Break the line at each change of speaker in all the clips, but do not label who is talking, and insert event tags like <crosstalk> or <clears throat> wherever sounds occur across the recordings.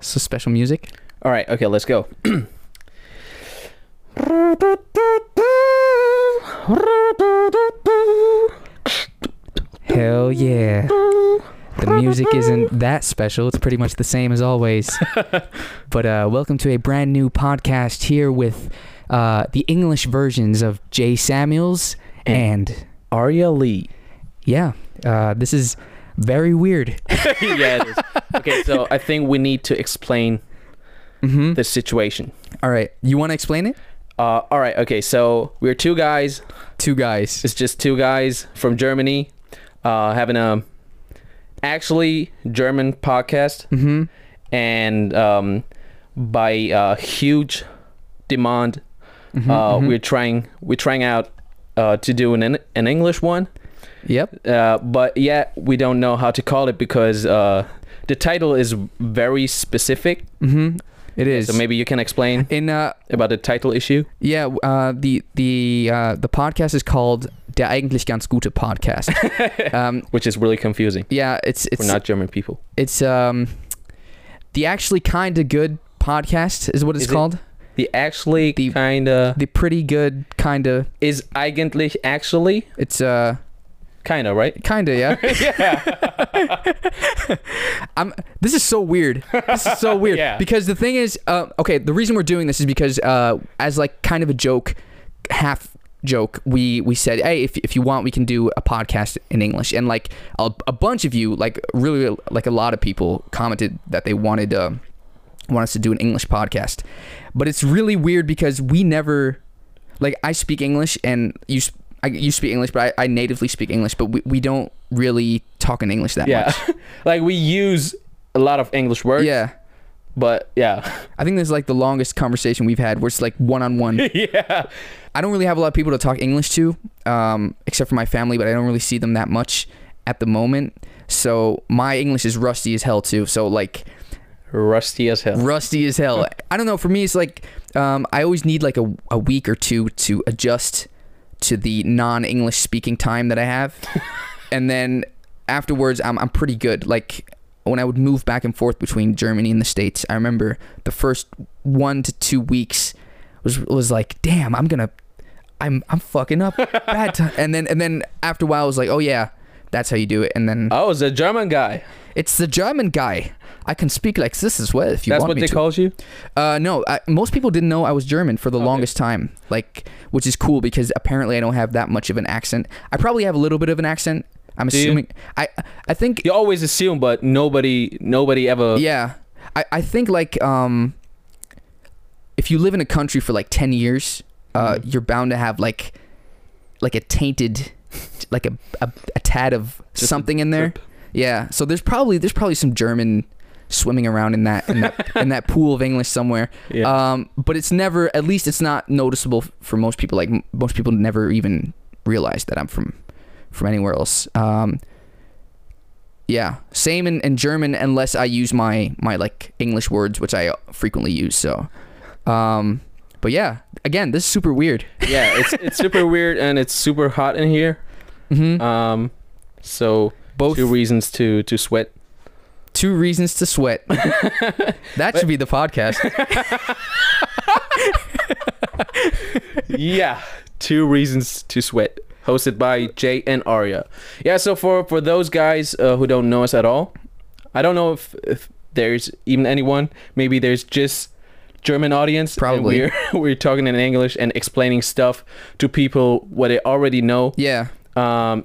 So special music.
All right, okay, let's go.
Hell yeah. The music isn't that special. It's pretty much the same as <laughs> always. but uh, welcome to a brand new podcast here with uh, the English versions of Jay Samuels and
Aria Lee.
yeah, uh, this is very weird.
<laughs> yeah, it is. Okay, so I think we need to explain the situation.
All right, you want to explain it?
Uh, all right, okay, so we're two guys.
Two guys.
It's just two guys from Germany uh, having a actually German podcast.
Mm-hmm.
and um, by uh, huge demand,
Mm-hmm,
uh, we're trying we're trying out uh, to do an en- an English one,
Yep.
uh, but yet we don't know how to call it because uh, the title is very specific.
Mm-hmm. It is.
So maybe you can explain
in uh,
about the title issue.
Yeah, w- uh, the the uh, the podcast is called Der eigentlich ganz gute <laughs> Podcast. um,
Which is really confusing.
yeah, it's it's
We're not German people.
it's um the actually kind of good podcast is what it's
Is it-
called.
The actually
The-
kind of
The pretty good kind of
is eigentlich actually
it's uh
kind of right.
kind of
<laughs>
yeah. <laughs> I'm this is so weird. This is
<laughs>
so weird
Yeah.
because the thing is uh, okay, the reason we're doing this is because uh as like kind of a joke half joke we we said hey if, if you want we can do a podcast in english and like a, a bunch of you like really like a lot of people commented that they wanted uh, want us to do an english podcast but it's really weird because we never like i speak english and you sp- I, you speak english but I, I natively speak english but we, we don't really talk in english that
Yeah,
much
<laughs> like we use a lot of English words.
yeah
but yeah, <laughs>
i think this is like the longest conversation we've had where it's like one-on-one
<laughs> yeah.
I don't really have a lot of people to talk English to, um, except for my family, but I don't really see them that much at the moment. So my English is rusty as hell too. So like
Rusty as hell.
rusty as hell. I don't know. For me, it's like um, I always need like a, a week or two to adjust to the non-English speaking time that I
<laughs>
have, and then afterwards, I'm I'm pretty good. Like when I would move back and forth between Germany and the States, I remember the first one to two weeks was was like, damn, I'm gonna, I'm I'm fucking
<laughs>
up bad time. And then and then after a while, I was like, oh yeah. That's how you do it, and then
Oh, it's a German guy.
it's the German guy. I can speak like this as well if you
That's
want
what
me
they
to.
called you.
Uh, no, I, most people didn't know I was German for the longest time, like, which is cool because apparently I don't have that much of an accent. I probably have a little bit of an accent. I'm
you?
assuming. I I think
You always assume, but nobody, nobody ever.
yeah, I I think like um, if you live in a country for like ten years, uh,
Mm-hmm.
you're bound to have like, like a tainted, like a a, a tad of
Just a
something in there.
drip.
Yeah, so there's probably there's probably some German swimming around in that in that, in that pool of English somewhere.
Yeah.
Um, but it's never, at least it's not noticeable f- for most people. Like m- most people never even realize that I'm from from anywhere else. Um, yeah, same in, in German unless I use my my like English words, which I frequently use. So, um, but yeah, again, this is super weird.
<laughs> yeah. It's it's super weird and it's super hot in here.
Mm-hmm.
Um, so
Both
two reasons to to sweat.
two reasons to
<laughs>
sweat. that should be the podcast.
yeah, two reasons to sweat. Hosted by Jay and Arya. Yeah. So for for those guys uh, who don't know us at all, I don't know if if there's even anyone. Maybe there's just German audience. and
Probably.
we're <laughs> we're talking in English and explaining stuff to people what they already know.
Yeah.
um,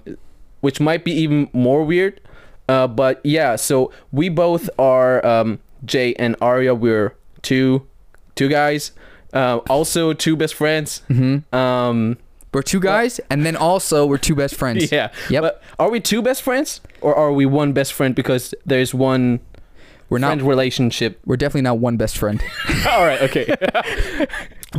which might be even more weird. Uh, but yeah, so we both are um, Jay and Arya. We're two, two guys. Uh, also, two best friends.
Mm-hmm. <laughs>
Um,
We're two guys, and then also we're two best friends.
<laughs> yeah.
Yep.
But are we two best friends, or are we one best friend? Because there's one
we're not.
friend relationship.
We're definitely not one best friend. <laughs>
<laughs> All right. Okay.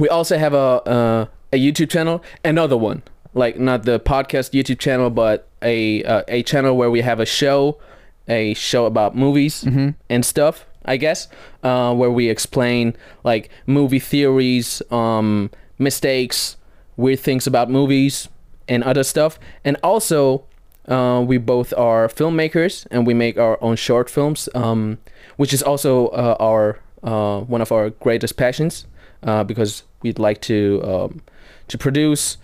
we also have a uh, a YouTube channel, another one, like not the podcast YouTube channel, but a uh, a channel where we have a show, a show about movies and stuff. I guess uh, where we explain like movie theories, um, mistakes, weird things about movies, and other stuff. And also, Uh, we both are filmmakers and we make our own short films, um, which is also uh, our uh, one of our greatest passions uh, because we'd like to um, to produce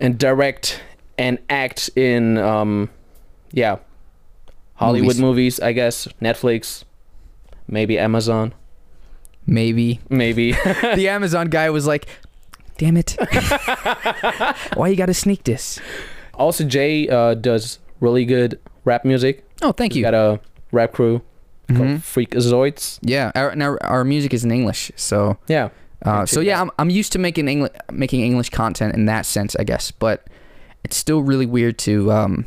and direct and act in um, yeah Hollywood
Movies.
movies, I guess Netflix, maybe Amazon,
Maybe <laughs>
maybe
the Amazon guy was like, "Damn <laughs> it, why you gotta sneak this?"
Also, Jay uh, does really good rap music.
Oh, thank
He's
you.
got a rap crew
Mhm.
called Freakazoids.
Yeah, our, and our, our music is in English, so
Yeah.
uh,
Me
so
too,
yeah,
yeah.
I'm, I'm used to making English making English content in that sense, I guess. But it's still really weird to um,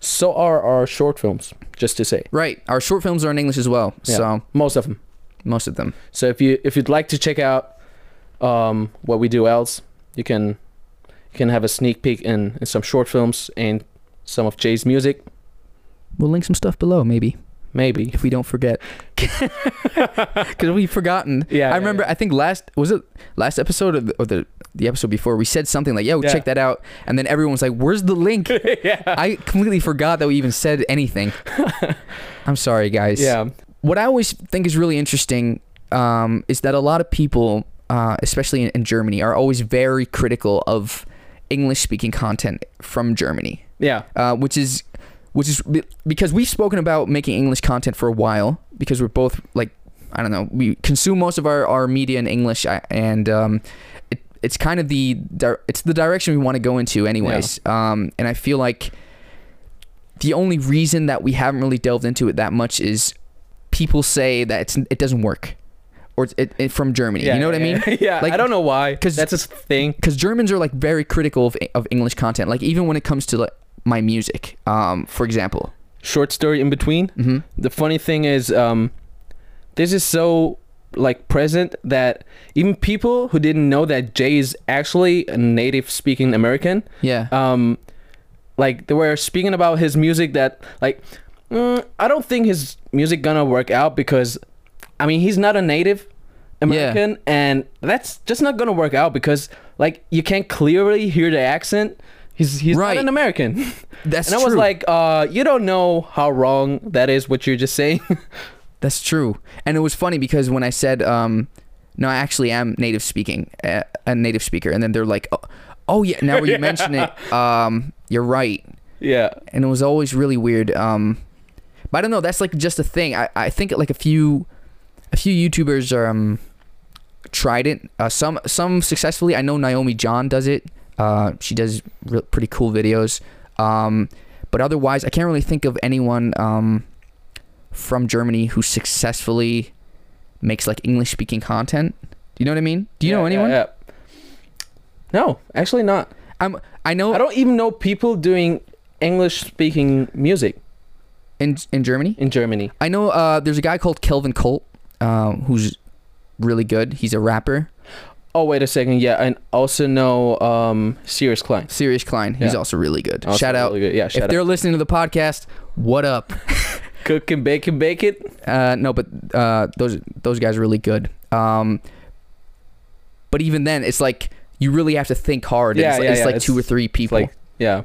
So are our short films, just to say.
right. Our short films are in English as well,
Yeah.
so
Most of them.
most of them.
So if you if you'd like to check out um, what we do else, you can you can have a sneak peek in, in some short films and some of Jay's music,
We'll link some stuff below, maybe
maybe.
if we don't forget, <laughs> because we've forgotten.
Yeah.
I remember. I think last was it last episode or the, or the the episode before we said something like, "Yo,
Yeah.
check that out," and then everyone was like, "Where's the
<laughs>
link?"
yeah.
<laughs> I completely forgot that we even said
<laughs>
anything. I'm sorry, guys.
Yeah.
What I always think is really interesting um, is that a lot of people, uh, especially in, in Germany, are always very critical of English-speaking content from Germany,
Yeah.
uh, which is which is be- because we've spoken about making English content for a while because we're both like I don't know we consume most of our, our media in English I- and um, it, it's kind of the di- it's the direction we want to go into anyways um, and I feel like the only reason that we haven't really delved into it that much is people say that it's it doesn't work or it's- it, it from Germany
Yeah,
you know what I
yeah, <laughs>
mean
Yeah.
Like-
I don't know why.
'Cause-
Because that's his thing.
because Germans are like very critical of, of English content. Like even when it comes to like my music, um, for example.
Short story in between.
Mm-hmm.
the funny thing is um this is so like present that even people who didn't know that jay is actually a native speaking american
Yeah.
um like they were speaking about his music that like mm, i don't think his music gonna work out because i mean he's not a native american and that's just not gonna work out because like you can clearly hear the accent he's he's
Right.
not an american <laughs>
That's
and i
true.
was like uh you don't know how wrong that is what you're just saying <laughs>
That's true. And it was funny because when I said, um, no, I actually am native speaking, a, a native speaker, and then they're like, oh, oh yeah,
<laughs>
now that you mention it, um, you're right.
Yeah.
and it was always really weird. Um, but I don't know. That's like just a thing. I, I think like a few, a few YouTubers um tried it. Uh, some some successfully. I know Naomi John does it. Uh, she does re- pretty cool videos. Um, but otherwise, I can't really think of anyone um from Germany who successfully makes like English speaking content. Do you know what I mean? Do you know anyone?
No, actually not.
I'm. I know
I don't even know people doing English speaking music
in in Germany.
in Germany.
I know uh, there's a guy called Kelvin Colt um, who's really good. He's a rapper.
Oh wait a second, yeah, and also know um Serious Klein.
Sirius Klein. He's
Yeah.
also really good.
Also
shout out.
really good. Yeah,
if
shout out.
they're listening to the podcast, what up?
Cook and bake and bake it.
Uh, no, but uh, those those guys are really good. Um, but even then, it's like you really have to think hard. and
Yeah,
it's, like-
yeah,
it's
yeah.
like two or
It's-
three people.
like- Yeah.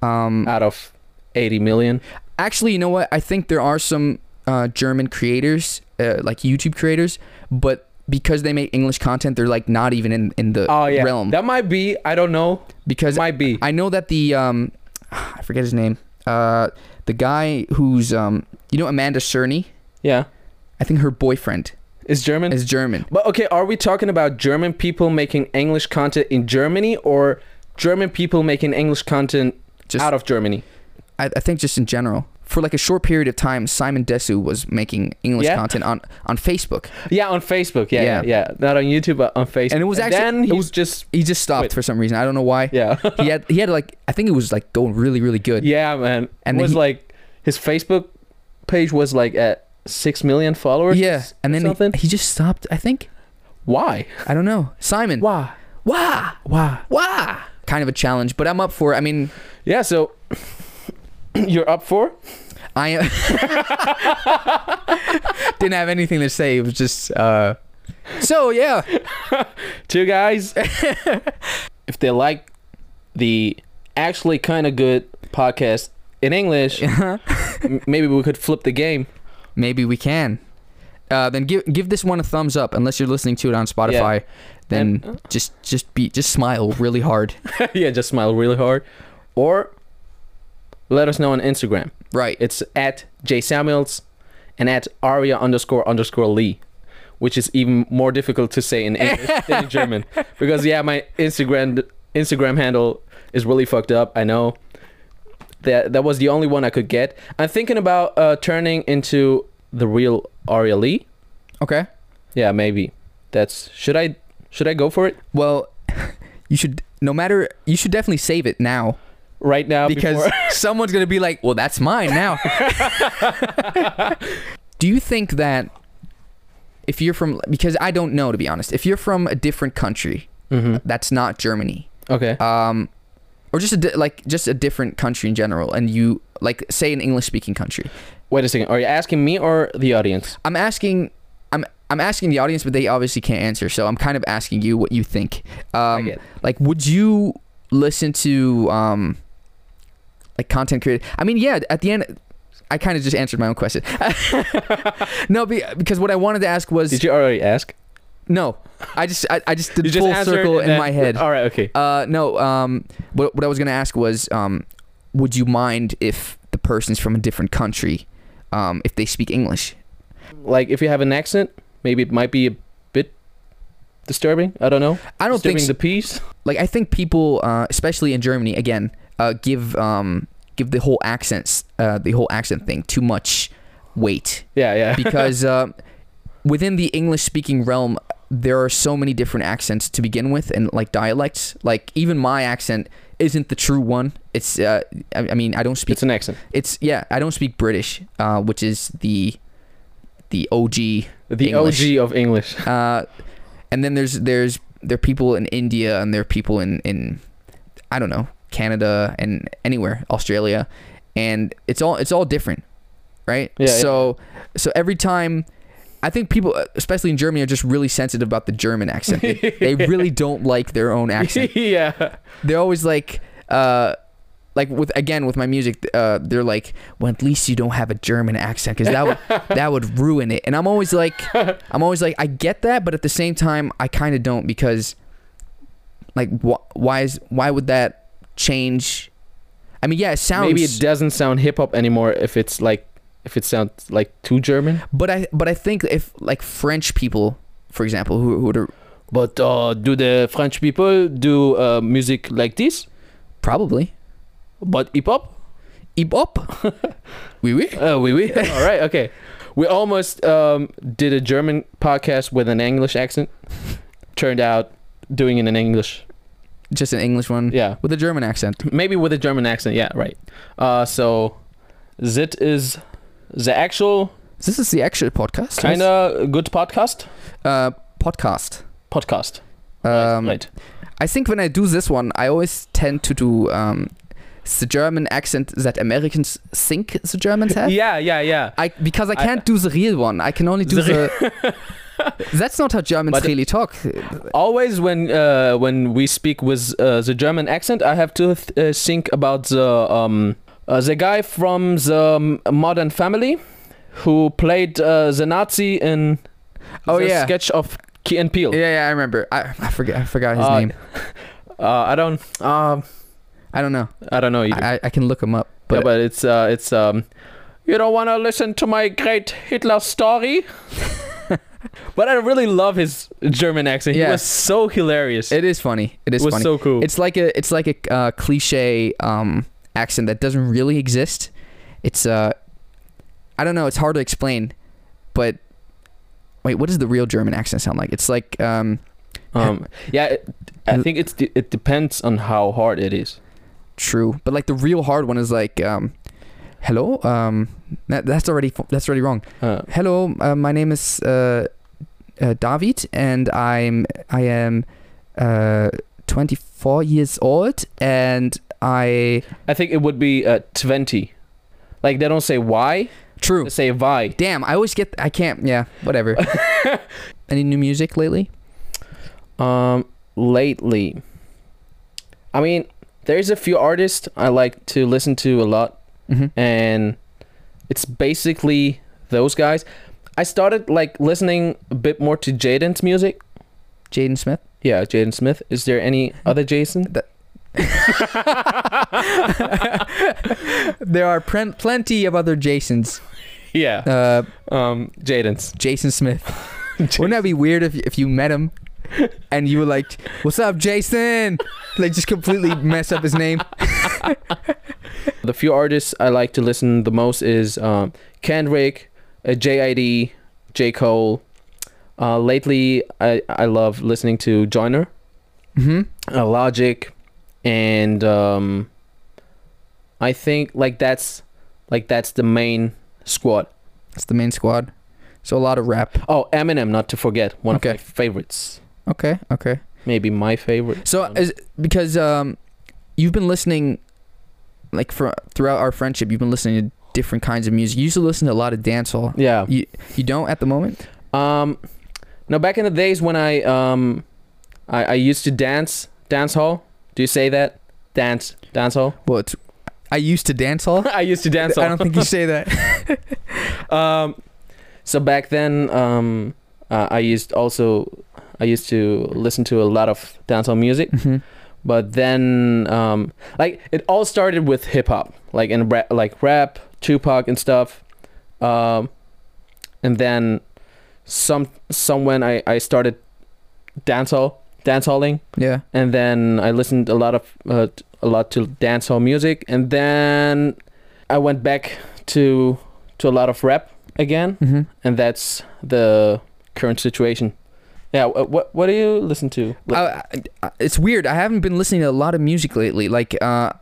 um,
Out of eighty million.
actually, you know what? I think there are some uh, German creators, uh, like YouTube creators, but because they make English content, they're like not even in in the
Oh yeah.
realm
That might be I don't know.
because
might be.
I know that the um, <sighs> I forget his name. Uh, the guy who's um, you know Amanda Cerny.
yeah.
I think her boyfriend
It's German.
is German.
but okay, are we talking about German people making English content in Germany or German people making English content
Just
out of Germany?
I, I think just in general. For like a short period of time, Simon Desu was making English
Yeah?
content on, on Facebook.
Yeah, on Facebook. Yeah,
Yeah.
yeah, yeah. Not on YouTube, but on Facebook.
And it was actually-
then he
it
it
was-
was just
He just stopped
Wait.
for some reason. I don't know
<laughs>
why.
yeah,
He had he had like I think it was like going really really <laughs> good.
yeah, man.
And
And
then
it was
he-
like his Facebook page was like at six million followers.
Yeah, and then
something.
he, he just stopped. I think
Why?
I don't know. Simon,
Why?
wah
Why?
wah, kind of a challenge, but I'm up for. it. I mean,
Yeah. So <clears throat> you're up for?
I am. <laughs> Didn't have anything to say. It was just. Uh, so yeah, <laughs>
two guys. if they like the actually kind of good podcast in English, m- maybe we could flip the game. <laughs>
Maybe we can. Uh, then give give this one a thumbs up unless you're listening to it on Spotify. Then just just be just smile really hard.
yeah, just smile really hard. Or let us know on Instagram.
Right.
It's at J Samuels and at Aria underscore underscore Lee, which is even more difficult to say in English than
<laughs>
in German. Because yeah, my Instagram Instagram handle is really fucked up. I know. That that was the only one I could get. I'm thinking about uh, turning into the real Aria Lee.
Okay.
Yeah, maybe. That's should I should I go for it
Well, <laughs> you should no matter you should definitely save it now
right now?
because <laughs>
before-
someone's gonna be like, well, that's mine now. Do you think that if you're from because I don't know to be honest, if you're from a different country
Mhm.
that's not Germany,
okay.
um, or just a di- like just a different country in general, and you like say an English speaking country.
Wait a second. Are you asking me or the audience?
I'm asking, I'm I'm asking the audience, but they obviously can't answer. So I'm kind of asking you what you think. Um,
get it.
like, would you listen to um, like content creator? I mean, yeah. At the end, I kind of just answered my own question. <laughs> no, be, because what I wanted to ask was
Did you already ask?
no. I just I, I just did
You just
full
answered
circle
and
in
then- Oh.
my head.
All right. Okay.
Uh, no. Um, what what I was gonna ask was, um, would you mind if the person's from a different country, um, if they speak English?
Like if you have an accent, maybe it might be a bit disturbing. I don't know.
I don't
disturbing
think
the peace.
like I think people, uh, especially in Germany, again, uh, give um, give the whole accents, uh, the whole accent thing too much weight
Yeah. Yeah.
because uh, within the English speaking realm, there are so many different accents to begin with, and like dialects. Like even my accent isn't the true one. It's uh, I, I mean I don't speak.
it's an accent.
It's yeah, I don't speak British, uh, which is the the OG
The
English.
OG of English.
uh, and then there's there's there are people in India and there are people in in I don't know Canada and anywhere Australia, and it's all it's all different, right?
Yeah, yeah.
So so every time. I think people, especially in Germany, are just really sensitive about the German accent. They,
<laughs>
they really don't like their own accent
yeah.
they're always like uh like with again with my music uh they're like well at least you don't have a german accent because
<laughs>
that would that would ruin it and i'm always like i'm always like i get that but at the same time i kind of don't because like wh- why is why would that change i mean yeah it sounds
Maybe it doesn't sound hip hop anymore if it's like if it sounds like too German.
but i but i think if like french people for example who, who would are
But uh, do the French people do uh, music like this?
probably
But hip hop?
hip hop
<laughs>
oui oui
Oh,
<laughs>
we we. All right, okay. We almost um, did a German podcast with an English
<laughs>
accent. Turned out doing it in English.
just an english one
Yeah,
with a german accent
maybe with a German accent. Yeah, right. Uh, so, that is the actual
this is the actual podcast
kind of good podcast.
uh, podcast.
Podcast.
Um,
right.
I think when I do this one, I always tend to do um, the German accent that Americans think the
<laughs>
Germans have.
Yeah, yeah, yeah.
I because I
I-
can't do the real one. I can only do
The
the. <laughs> that's not how Germans
But- Oh.
really talk.
Always when uh, when we speak with uh, the German accent, I have to th- uh, think about the um, uh, the guy from the um, Modern Family, who played uh, the Nazi in
Oh,
the
yeah.
sketch of Key and Peele.
Yeah, yeah, I remember. I, I forget. I forgot his
Uh,
name.
Uh, I don't um,
I don't know.
I don't know either.
I, I- I can look him up.
but,
But,
yeah, but it's uh, it's um, you don't want to listen to my great Hitler story. <laughs> but I really love his German accent. He
Yeah.
was so hilarious.
it is funny. It is
was
funny.
so cool.
It's like a it's like a uh, cliche um, accent that doesn't really exist. It's uh, I don't know. It's hard to explain, but wait, what does the real German accent sound like? It's like um,
<laughs> Um, yeah, it, I think it's de- it depends on how hard it is.
true, but like the real hard one is like um, hello. Um, that, that's already that's already wrong.
Uh,
Hello, uh, my name is uh, uh, David, and I'm I am uh, 24 years old, and I
I think it would be uh, twenty. Like they don't say why,
true.
they say why.
Damn, I always get. I can't. Yeah, whatever. Any new music lately?
Um, lately, I mean, there's a few artists I like to listen to a lot,
hmm
and it's basically those guys. I started like listening a bit more to Jaden's music.
Jaden Smith.
Yeah, Jaden Smith. Is there any other Jason?
There are pren- plenty of other Jasons.
<laughs> Yeah.
Uh,
Um, Jaden's. <laughs>
Jason Smith. Wouldn't that be weird if if you met him and you were like, "What's up, Jason?" Like just completely mess up his name.
The few artists I like to listen the most is um, Kendrick, uh, JID, J. Cole. Uh, lately, I, I love listening to Joyner,
hmm
uh, Logic, and um, I think like that's like that's the main squad.
That's the main squad. So a lot of rap.
Oh, Eminem, not to forget, one
Okay.
of my favorites.
Okay. Okay.
Maybe my favorite.
So uh,
Um,
is because um, you've been listening, like for throughout our friendship, you've been listening to different kinds of music. You used to listen to a lot of dancehall.
yeah.
You don't at the moment.
Um, now back in the days when I um, I, I used to dance dance hall. Do you say that dance dance hall? <laughs>
Well, it's, I used to dancehall.
I used <laughs> to dance
I
hall.
don't think you say that.
um, so back then um, uh, I used also I used to listen to a lot of dance hall music.
Mhm.
But then um, like it all started with hip hop, like in rap, like rap, Tupac and stuff. Um, and then some some when I I started dance hall dance halling
Yeah.
and then I listened a lot of uh, t- a lot to dancehall music, and then I went back to to a lot of rap again,
Mm-hmm.
and that's the current situation. Yeah, wh- what what do you listen to? Like,
I, I, it's weird. I haven't been listening to a lot of music lately. Like, uh,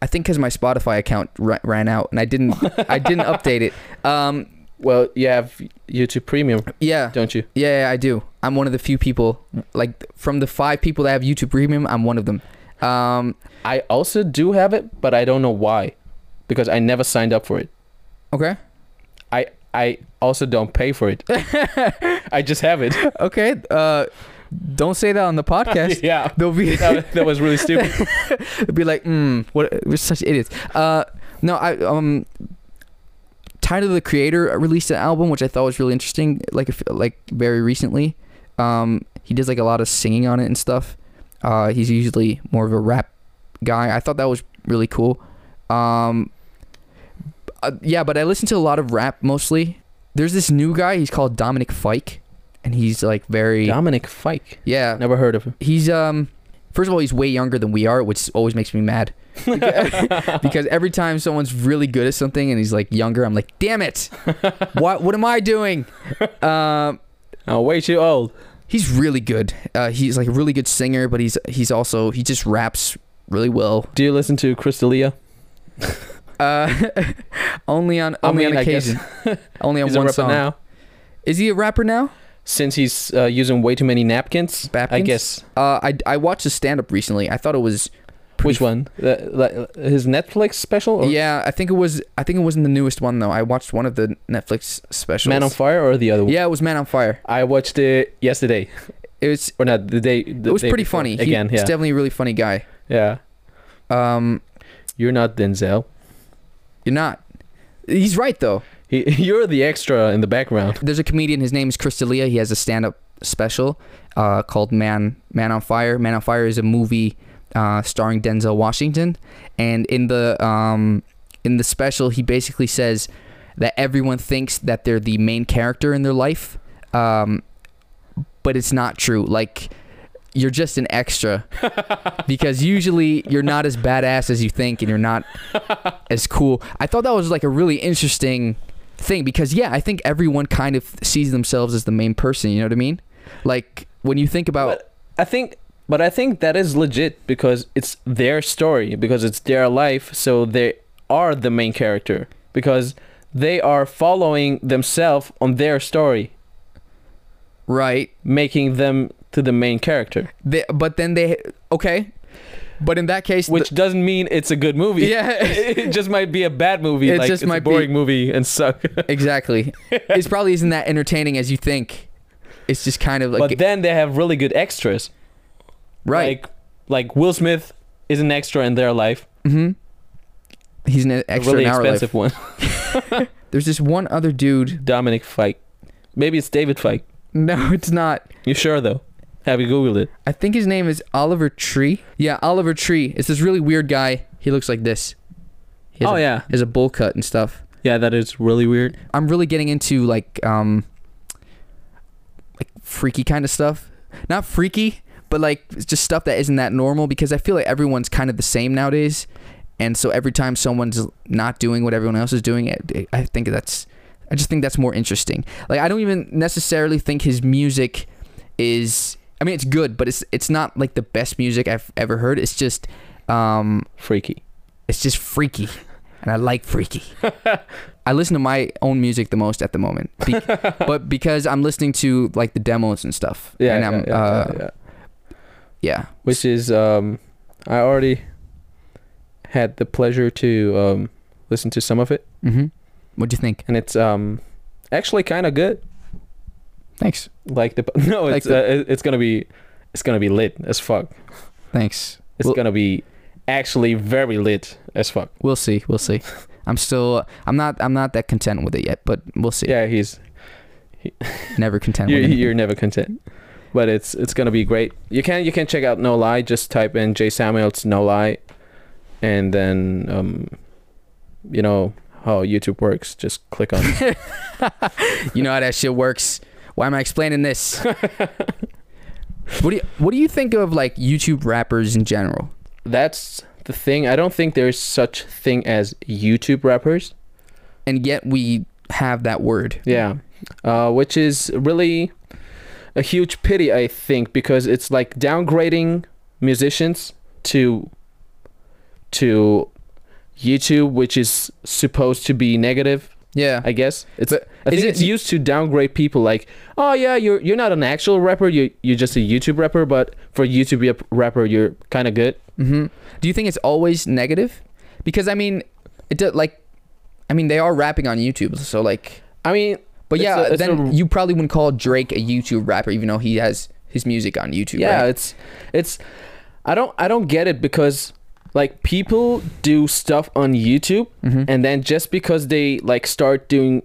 I think because my Spotify account ra- ran out and I didn't, I didn't update it. Um,
well, you have YouTube Premium,
yeah,
don't you?
yeah, yeah, I do. I'm one of the few people, like from the five people that have YouTube Premium, I'm one of them. Um,
I also do have it, but I don't know why, because I never signed up for it.
okay,
I I also don't pay for it. <laughs> I just have it.
<laughs> okay. Uh, don't say that on
<laughs>
the podcast.
yeah,
They'll be,
that, that was really stupid.
<laughs> they'll be like, mm, what? We're such idiots. Uh, no, I um. Tyler the Creator released an album which I thought was really interesting, like if- like very recently. Um, he does like a lot of singing on it and stuff. Uh, he's usually more of a rap guy. I thought that was really cool. Um, uh, yeah, but I listen to a lot of rap mostly. There's this new guy. He's called Dominic Fike, and he's like very
Dominic Fike,
yeah.
never heard of him.
He's um first of all he's way younger than we are, which always makes me
<laughs>
mad. because every time someone's really good at something and he's like younger, I'm like, "Damn it. What what am I doing?" Um
Oh, way too old.
he's really good. Uh he's like a really good singer, but he's he's also he just raps really well.
Do you listen to Crystalia?
Uh <laughs> only on only
mean,
on
I guess
occasion.
<laughs>
only on
He's a
one
rapper
song.
now.
Is he a rapper now?
Since he's uh, using way too many napkins, I
Napkins?
guess.
Uh I I watched his stand up recently. I thought it was pretty
Which one? The, like, his Netflix special? Or
Yeah, I think it was. I think it wasn't the newest one though. I watched one of the Netflix specials.
Man on Fire or the other one?
Yeah, it was Man on Fire.
I watched it yesterday,
It was.
or not the day. The
it was
day
pretty
before.
funny. He-
Again,
he's
yeah,
definitely a really funny guy.
yeah.
Um,
You're not Denzel.
you're not. He's right though.
He, <laughs> you're the extra in the background.
There's a comedian. His name is Chris D'Elia. He has a stand-up special uh, called Man Man on Fire. Man on Fire is a movie uh, starring Denzel Washington, and in the um, in the special, he basically says that everyone thinks that they're the main character in their life, um, but it's not true. Like you're just an extra because usually you're not as badass as you think and you're not as cool. I thought that was like a really interesting thing because yeah, I think everyone kind of sees themselves as the main person, you know what I mean? Like when you think about
But I think, but I think that is legit because it's their story, because it's their life, so they are the main character because they are following themselves on their story.
right,
making them to the main character,
they, but then they okay, but in that case
which doesn't mean it's a good movie.
<laughs> yeah,
<laughs> it just might be a bad movie.
It
like,
just
it's
might
a boring movie and suck.
exactly. It's probably isn't that entertaining as you think. It's just kind of <laughs> like
but then they have really good extras,
right.
Like, like Will Smith, is an extra in their life.
hmm Mm-hmm. He's an extra
a really
in our life.
expensive one.
There's this one other dude. <laughs>
Dominic Fike. Maybe it's David Fike.
No, it's not.
You sure though? Have you googled it?
I think his name is Oliver Tree. Yeah, Oliver Tree. It's this really weird guy. He looks like this. He has
Oh
a,
yeah,
He has a bowl cut and stuff.
yeah. That is really weird.
I'm really getting into like um like freaky kind of stuff. Not freaky, but like it's just stuff that isn't that normal because I feel like everyone's kind of the same nowadays. And so every time someone's not doing what everyone else is doing, it, it- I think that's I just think that's more interesting. Like I don't even necessarily think his music is I mean it's good, but it's it's not like the best music I've ever heard. It's just um
Freaky.
it's just freaky, and I like freaky. I listen to my own music the most at the moment, be-
<laughs>
but because I'm listening to like the demos and stuff.
Yeah,
and
yeah,
I'm,
yeah,
uh,
yeah, yeah.
yeah.
Which is um, I already had the pleasure to um listen to some of it,
Mm-hmm. What'd you think?
and it's um actually kind of good.
Thanks.
Like the <laughs> no,
Like
it's uh, it- it's gonna be it's gonna be lit as fuck.
Thanks.
It's
Well-
gonna be actually very lit as fuck.
We'll see. We'll see. I'm still. I'm not. I'm not that content with it yet, but we'll see.
Yeah, he's
Never content.
you're,
with anything.
you're never content. But it's it's gonna be great. You can you can check out No Lie. Just type in Jay Samuels No Lie, and then um, you know how YouTube works. Just click on. it.
<laughs> You know how that shit works. Why am I explaining
<laughs>
this? what do you What do you think of like YouTube rappers in general?
That's the thing. I don't think there's such thing as YouTube rappers.
And yet we have that word.
Yeah, uh, which is really a huge pity, I think, because it's like downgrading musicians to to YouTube, which is supposed to be negative.
Yeah.
I guess it's.
But
I
is
think
it-
it's used to downgrade people. Like, oh yeah, you're you're not an actual rapper. You you're just a YouTube rapper. But for a YouTube rap- rapper, you're kind of good.
hmm Do you think it's always negative? Because I mean, it does like, I mean they are rapping on YouTube, so like,
I mean,
but
It's
yeah,
a- it's
then
a-
you probably wouldn't call Drake a YouTube rapper, even though he has his music on YouTube.
yeah,
right?
it's it's. I don't I don't get it because like people do stuff on YouTube
Mm-hmm.
and then just because they like start doing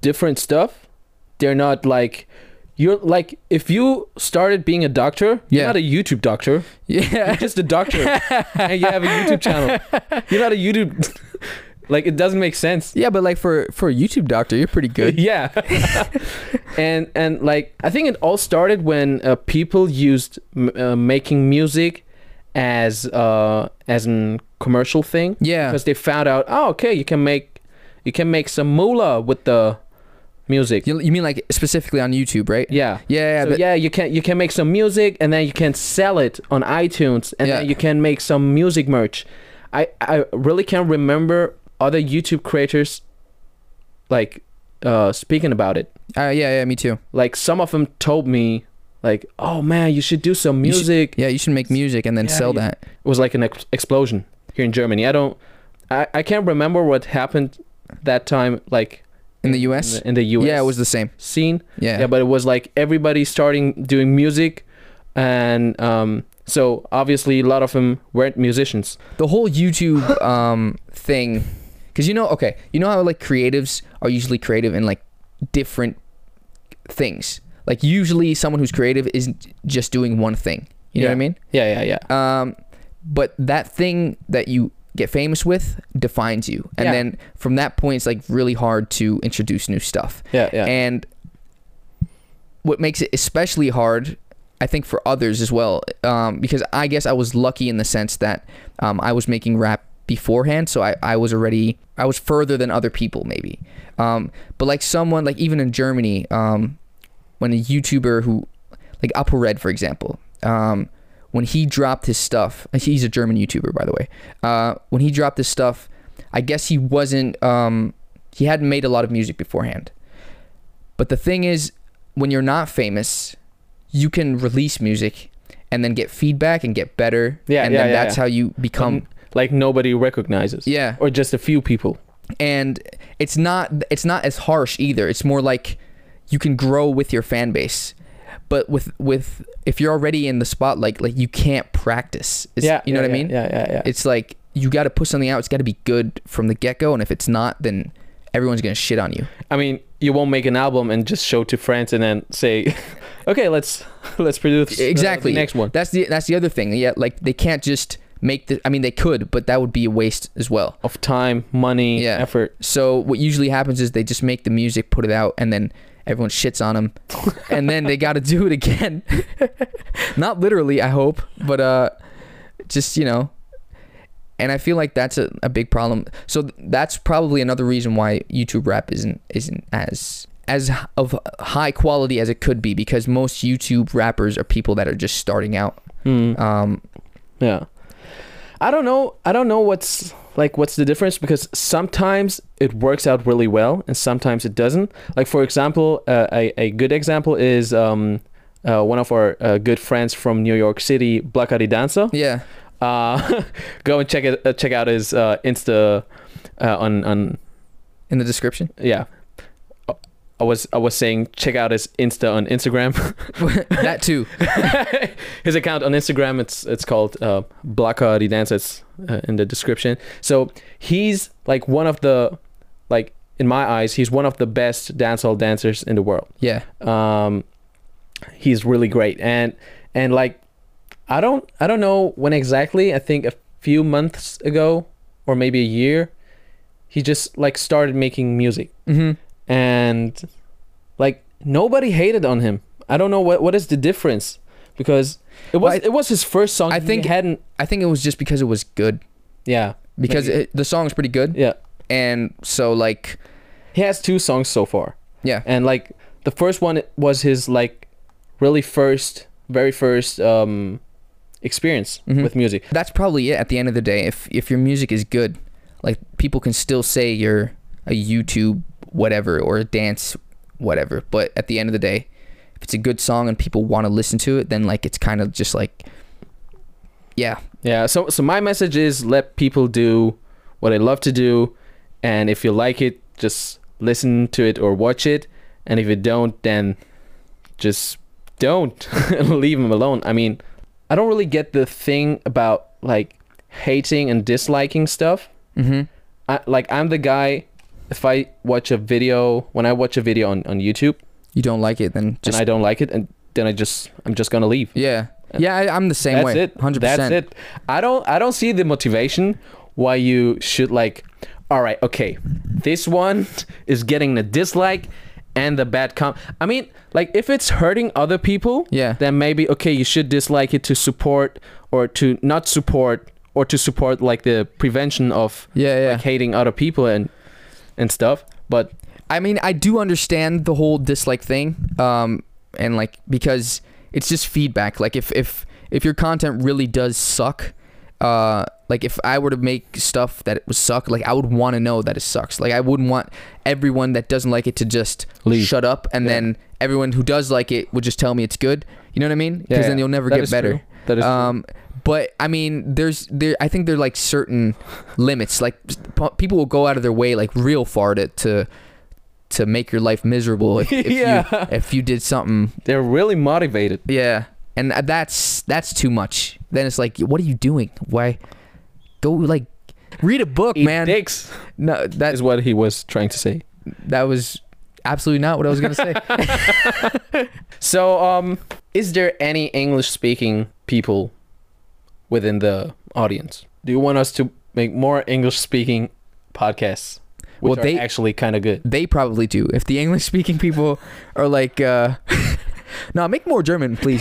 different stuff, they're not like. You're like if you started being a doctor,
Yeah.
you're not a YouTube doctor.
yeah, <laughs>
You're just a doctor, and you have a YouTube channel. You're not a YouTube. <laughs> like it doesn't make sense.
yeah. But like for for a YouTube doctor, you're pretty good.
Yeah. and and like I think it all started when uh, people used m- uh, making music as uh as an commercial thing
<laughs> yeah,
because they found out oh okay you can make you can make some moolah with the music.
you, you mean like specifically on YouTube, right?
Yeah.
yeah, yeah.
So
but,
yeah, you can you can make some music and then you can sell it on iTunes and then
Yeah.
you can make some music merch. I I really can't remember other YouTube creators like uh speaking about it.
uh, yeah, yeah. Me too.
Like some of them told me like, "Oh man, you should do some
You should-
music."
Yeah, you should make music and then
Yeah,
sell
you-
that.
It was like an ex- explosion here in Germany. I don't I I can't remember what happened that time like
In the US?
in the, in the US
Yeah, it was the same.
scene
Yeah,
yeah but it was like everybody starting doing music and um so obviously a lot of them weren't musicians
the whole
<laughs>
YouTube um thing, because you know, okay, you know how like creatives are usually creative in like different things. Like usually, someone who's creative isn't just doing one thing. You know what I mean?
yeah yeah yeah
Um, but that thing that you get famous with defines you, and
Yeah.
then from that point, it's like really hard to introduce new stuff.
yeah yeah
And what makes it especially hard, I think, for others as well, um, because I guess I was lucky in the sense that um, I was making rap beforehand, so I, I was already I was further than other people maybe. Um, but like someone like even in Germany, um, when a YouTuber who like ApoRed for example, um, when he dropped his stuff, he's a German YouTuber by the way. Uh, when he dropped his stuff, I guess he wasn't um, he hadn't made a lot of music beforehand. But the thing is, when you're not famous, you can release music and then get feedback and get better.
Yeah,
and
yeah,
then
yeah,
that's
yeah. Um,
how you become.
like nobody recognizes
yeah,
or just a few people
and it's not it's not as harsh either. It's more like you can grow with your fan base. But with with if you're already in the spotlight, like you can't practice. It's-
yeah,
you know
yeah,
what I
yeah,
mean.
Yeah, yeah, yeah.
It's like you got to put something out. It's got to be good from the get go, and if it's not, then everyone's gonna shit on you.
I mean, you won't make an album and just show to friends and then say, <laughs> "Okay, let's <laughs> let's produce uh,
exactly
the next one."
That's the that's the other thing. Yeah, like they can't just make the. I mean, they could, but that would be a waste as well.
Of time, money,
Yeah.
effort.
So what usually happens is they just make the music, put it out, and then everyone shits on them, and then they got to do it again. <laughs> Not literally, I hope, but uh, just you know. And I feel like that's a, a big problem. So th- that's probably another reason why YouTube Rap isn't isn't as as h- of high quality as it could be because most YouTube rappers are people that are just starting out.
Mm,
Um,
yeah. I don't know. I don't know what's like what's the difference because sometimes it works out really well and sometimes it doesn't. Like for example, uh, a a good example is um uh, one of our uh, good friends from New York City, Blackari Danza.
yeah,
Uh, <laughs> go and check it uh, check out his uh, Insta uh, on on
in the
<laughs>
description.
yeah i was i was saying check out his insta on instagram
that too.
<laughs> his account on instagram it's it's called uh blaka the dance it's uh, in the description so he's like one of the like in my eyes he's one of the best dancehall dancers in the world
Yeah.
um he's really great and and like i don't i don't know when exactly i think a few months ago or maybe a year he just like started making music
hmm
and like nobody hated on him. I don't know what what is the difference because it was
Well, I-
it was his first song.
I
he
think-
hadn't
I think it was just because it was good.
yeah
because
Maybe.
it, the song's pretty good
yeah
and so like
he has two songs so far
yeah
and like the first one was his like really first very first um experience
Mhm.
with music.
that's probably it at the end of the day if if your music is good like people can still say you're a youtube whatever or a dance whatever but at the end of the day if it's a good song and people want to listen to it then like it's kind of just like yeah
Yeah, so so my message is let people do what they love to do, and if you like it, just listen to it or watch it, and if you don't, then just don't <laughs> and leave them alone. I mean, I don't really get the thing about like hating and disliking stuff.
mm-hmm
I, like I'm the guy. If I watch a video, when I watch a video on on YouTube
you don't like it then
and
just
I don't like it, and then I just I'm just gonna leave.
yeah yeah I, i'm the same
That's
way
it.
100%
That's it. I don't I don't see the motivation why you should like all right, okay. This one is getting the dislike and the bad com I mean, like if it's hurting other people,
Yeah.
then maybe okay, you should dislike it to support or to not support or to support like the prevention of
yeah yeah
like hating other people and and stuff. But
I mean, I do understand the whole dislike thing, um, and like because it's just feedback. Like if if if your content really does suck, uh, like if I were to make stuff that was suck, like I would want to know that it sucks. Like I wouldn't want everyone that doesn't like it to just
Leave.
shut up, and
Yeah.
then everyone who does like it would just tell me it's good. You know what I mean? Because
Yeah,
then
yeah.
you'll never
That
get
is
better.
true. That is true.
Um, but I mean, there's there. I think there are like certain limits. Like p- people will go out of their way like real far to to, to make your life miserable if, if
<laughs> Yeah.
you if you did something.
they're really motivated.
Yeah, and that's that's too much. Then it's like, what are you doing? Why? Go like read a book,
Eat
man.
dicks
No,
that
that
is what he was trying to say.
that was absolutely not what I was
<laughs>
gonna say.
So, um, is there any English speaking people within the audience? Do you want us to make more English speaking podcasts? Which
Well,
are
they-
actually kind of good.
they probably do. If the English speaking people are like, uh, <laughs> no, make more German, please.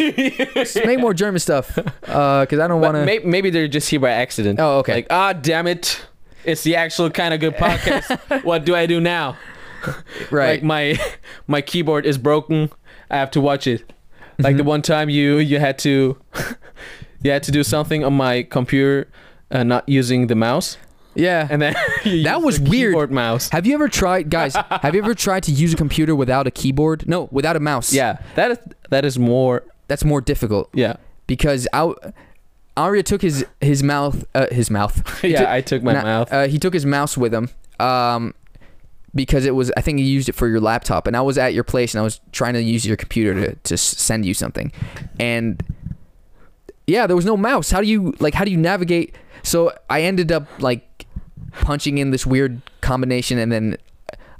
Just Make more German stuff, because I don't
But
want to.
may- maybe they're just here by accident.
Oh, okay.
Like, ah, damn it. It's the actual kind of good
<laughs>
podcast. what do I do now?
right.
Like my <laughs> my keyboard is broken. I have to watch it. Like
Mm-hmm.
the one time you you had to <laughs> you had to do something on my computer uh, not using the mouse.
yeah.
and then <laughs> you
That
use
was
the
weird.
Keyboard mouse.
have you ever tried, guys? have you ever tried to use a computer without a keyboard? No, without a mouse.
Yeah, that is that is more.
That's more difficult
Yeah, <laughs>
because I, Arya took his his mouth, uh, his mouth. He
yeah.
took-
<laughs> I took my
na-
mouth.
Uh, he took his mouse with him. Um, because it was I think you used it for your laptop and I was at your place and I was trying to use your computer to to s- send you something. And yeah, there was no mouse. How do you like how do you navigate? So I ended up like punching in this weird combination and then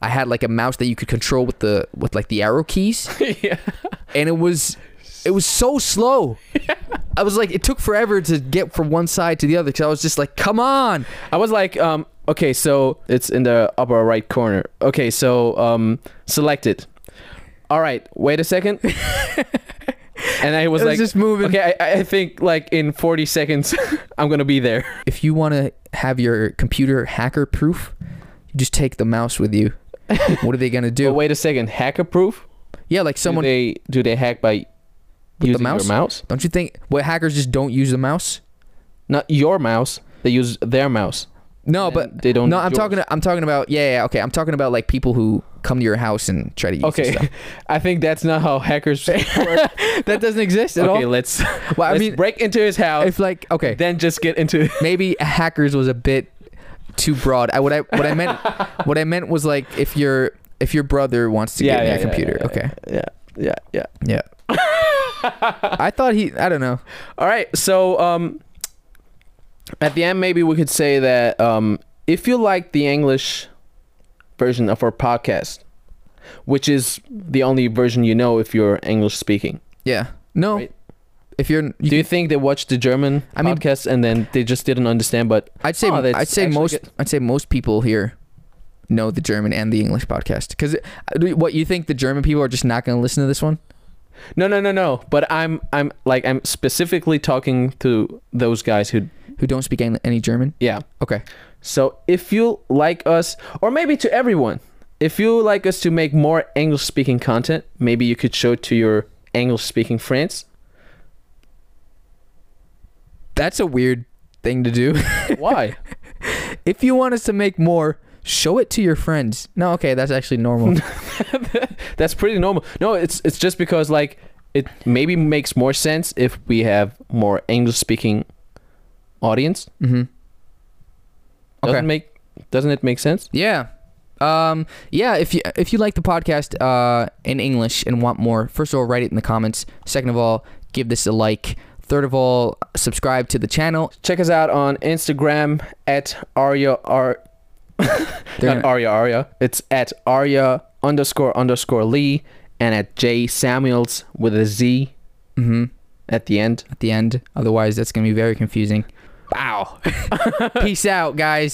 I had like a mouse that you could control with the with like the arrow keys
yeah.
and it was it was so
<laughs>
slow. I was like, it took forever to get from one side to the other because I was just like, come on.
I was like, um, okay, so it's in the upper right corner. Okay, so um, select it. All right, wait a <laughs> second. and I was
It was
like,
just moving.
Okay, I, I think like in 40 seconds, <laughs> I'm gonna be there.
If you want to have your computer hacker proof, you just take the mouse with
<laughs>
you. what are they gonna
But
do?
wait a second, hacker proof?
yeah, like someone.
Someone do they do they hack by
the
using
mouse?
your mouse?
don't you think what hackers just don't use the mouse?
Not your mouse. They use their mouse.
No,
And
but
they don't
No, I'm
yours.
talking. I'm talking about. Yeah, yeah, okay. I'm talking about like people who come to your house and try to use. Okay, <laughs>
Okay, I think that's not how <laughs> hackers work.
that doesn't exist at
okay,
all.
let's
<laughs> Well, I
let's
mean,
break into his house,
if like okay,
<laughs> then just
<laughs>
get into.
maybe hackers was a bit too broad. I what I what I
<laughs>
meant what I meant was like if your if your brother wants to
Yeah,
get in
yeah,
your
yeah,
computer,
yeah,
okay,
Yeah, yeah, yeah.
yeah.
<laughs>
I thought he. I don't know.
All right. So um, at the end, maybe we could say that um, if you like the English version of our podcast, which is the only version you know if you're English speaking,
Yeah. No.
Right.
If you're, you,
do you think they watched the German
I mean-
podcast and then they just didn't understand? But
I'd say
Oh, that's
I'd say
actually
most
good.
I'd say most people here know the German and the English podcast because what you think the German people are just not going to listen to this one?
no, no, no, no. But I'm I'm like I'm specifically talking to those guys who
Who don't speak any, any German?
yeah
Okay.
So if you like us, or maybe to everyone, if you like us to make more English speaking content, maybe you could show it to your English speaking friends.
That's a weird thing to do. <laughs>
Why?
if you want us to make more, show it to your friends. No, okay, that's actually
<laughs>
normal.
That's pretty normal. No, it's it's just because like it maybe makes more sense if we have more English speaking audience.
mm-hmm.
Doesn't make doesn't it make sense?
Yeah. Um, yeah, if you if you like the podcast uh, in English and want more, first of all, write it in the comments. Second of all, give this a like. Third of all, subscribe to the channel.
Check us out on Instagram at Aria R
They're
not
gonna-
Arya Arya. It's at Arya underscore underscore Lee and at J Samuels with a Z
Mhm.
at the end.
at the end. Otherwise, that's going to be very confusing.
Wow.
Peace out, guys.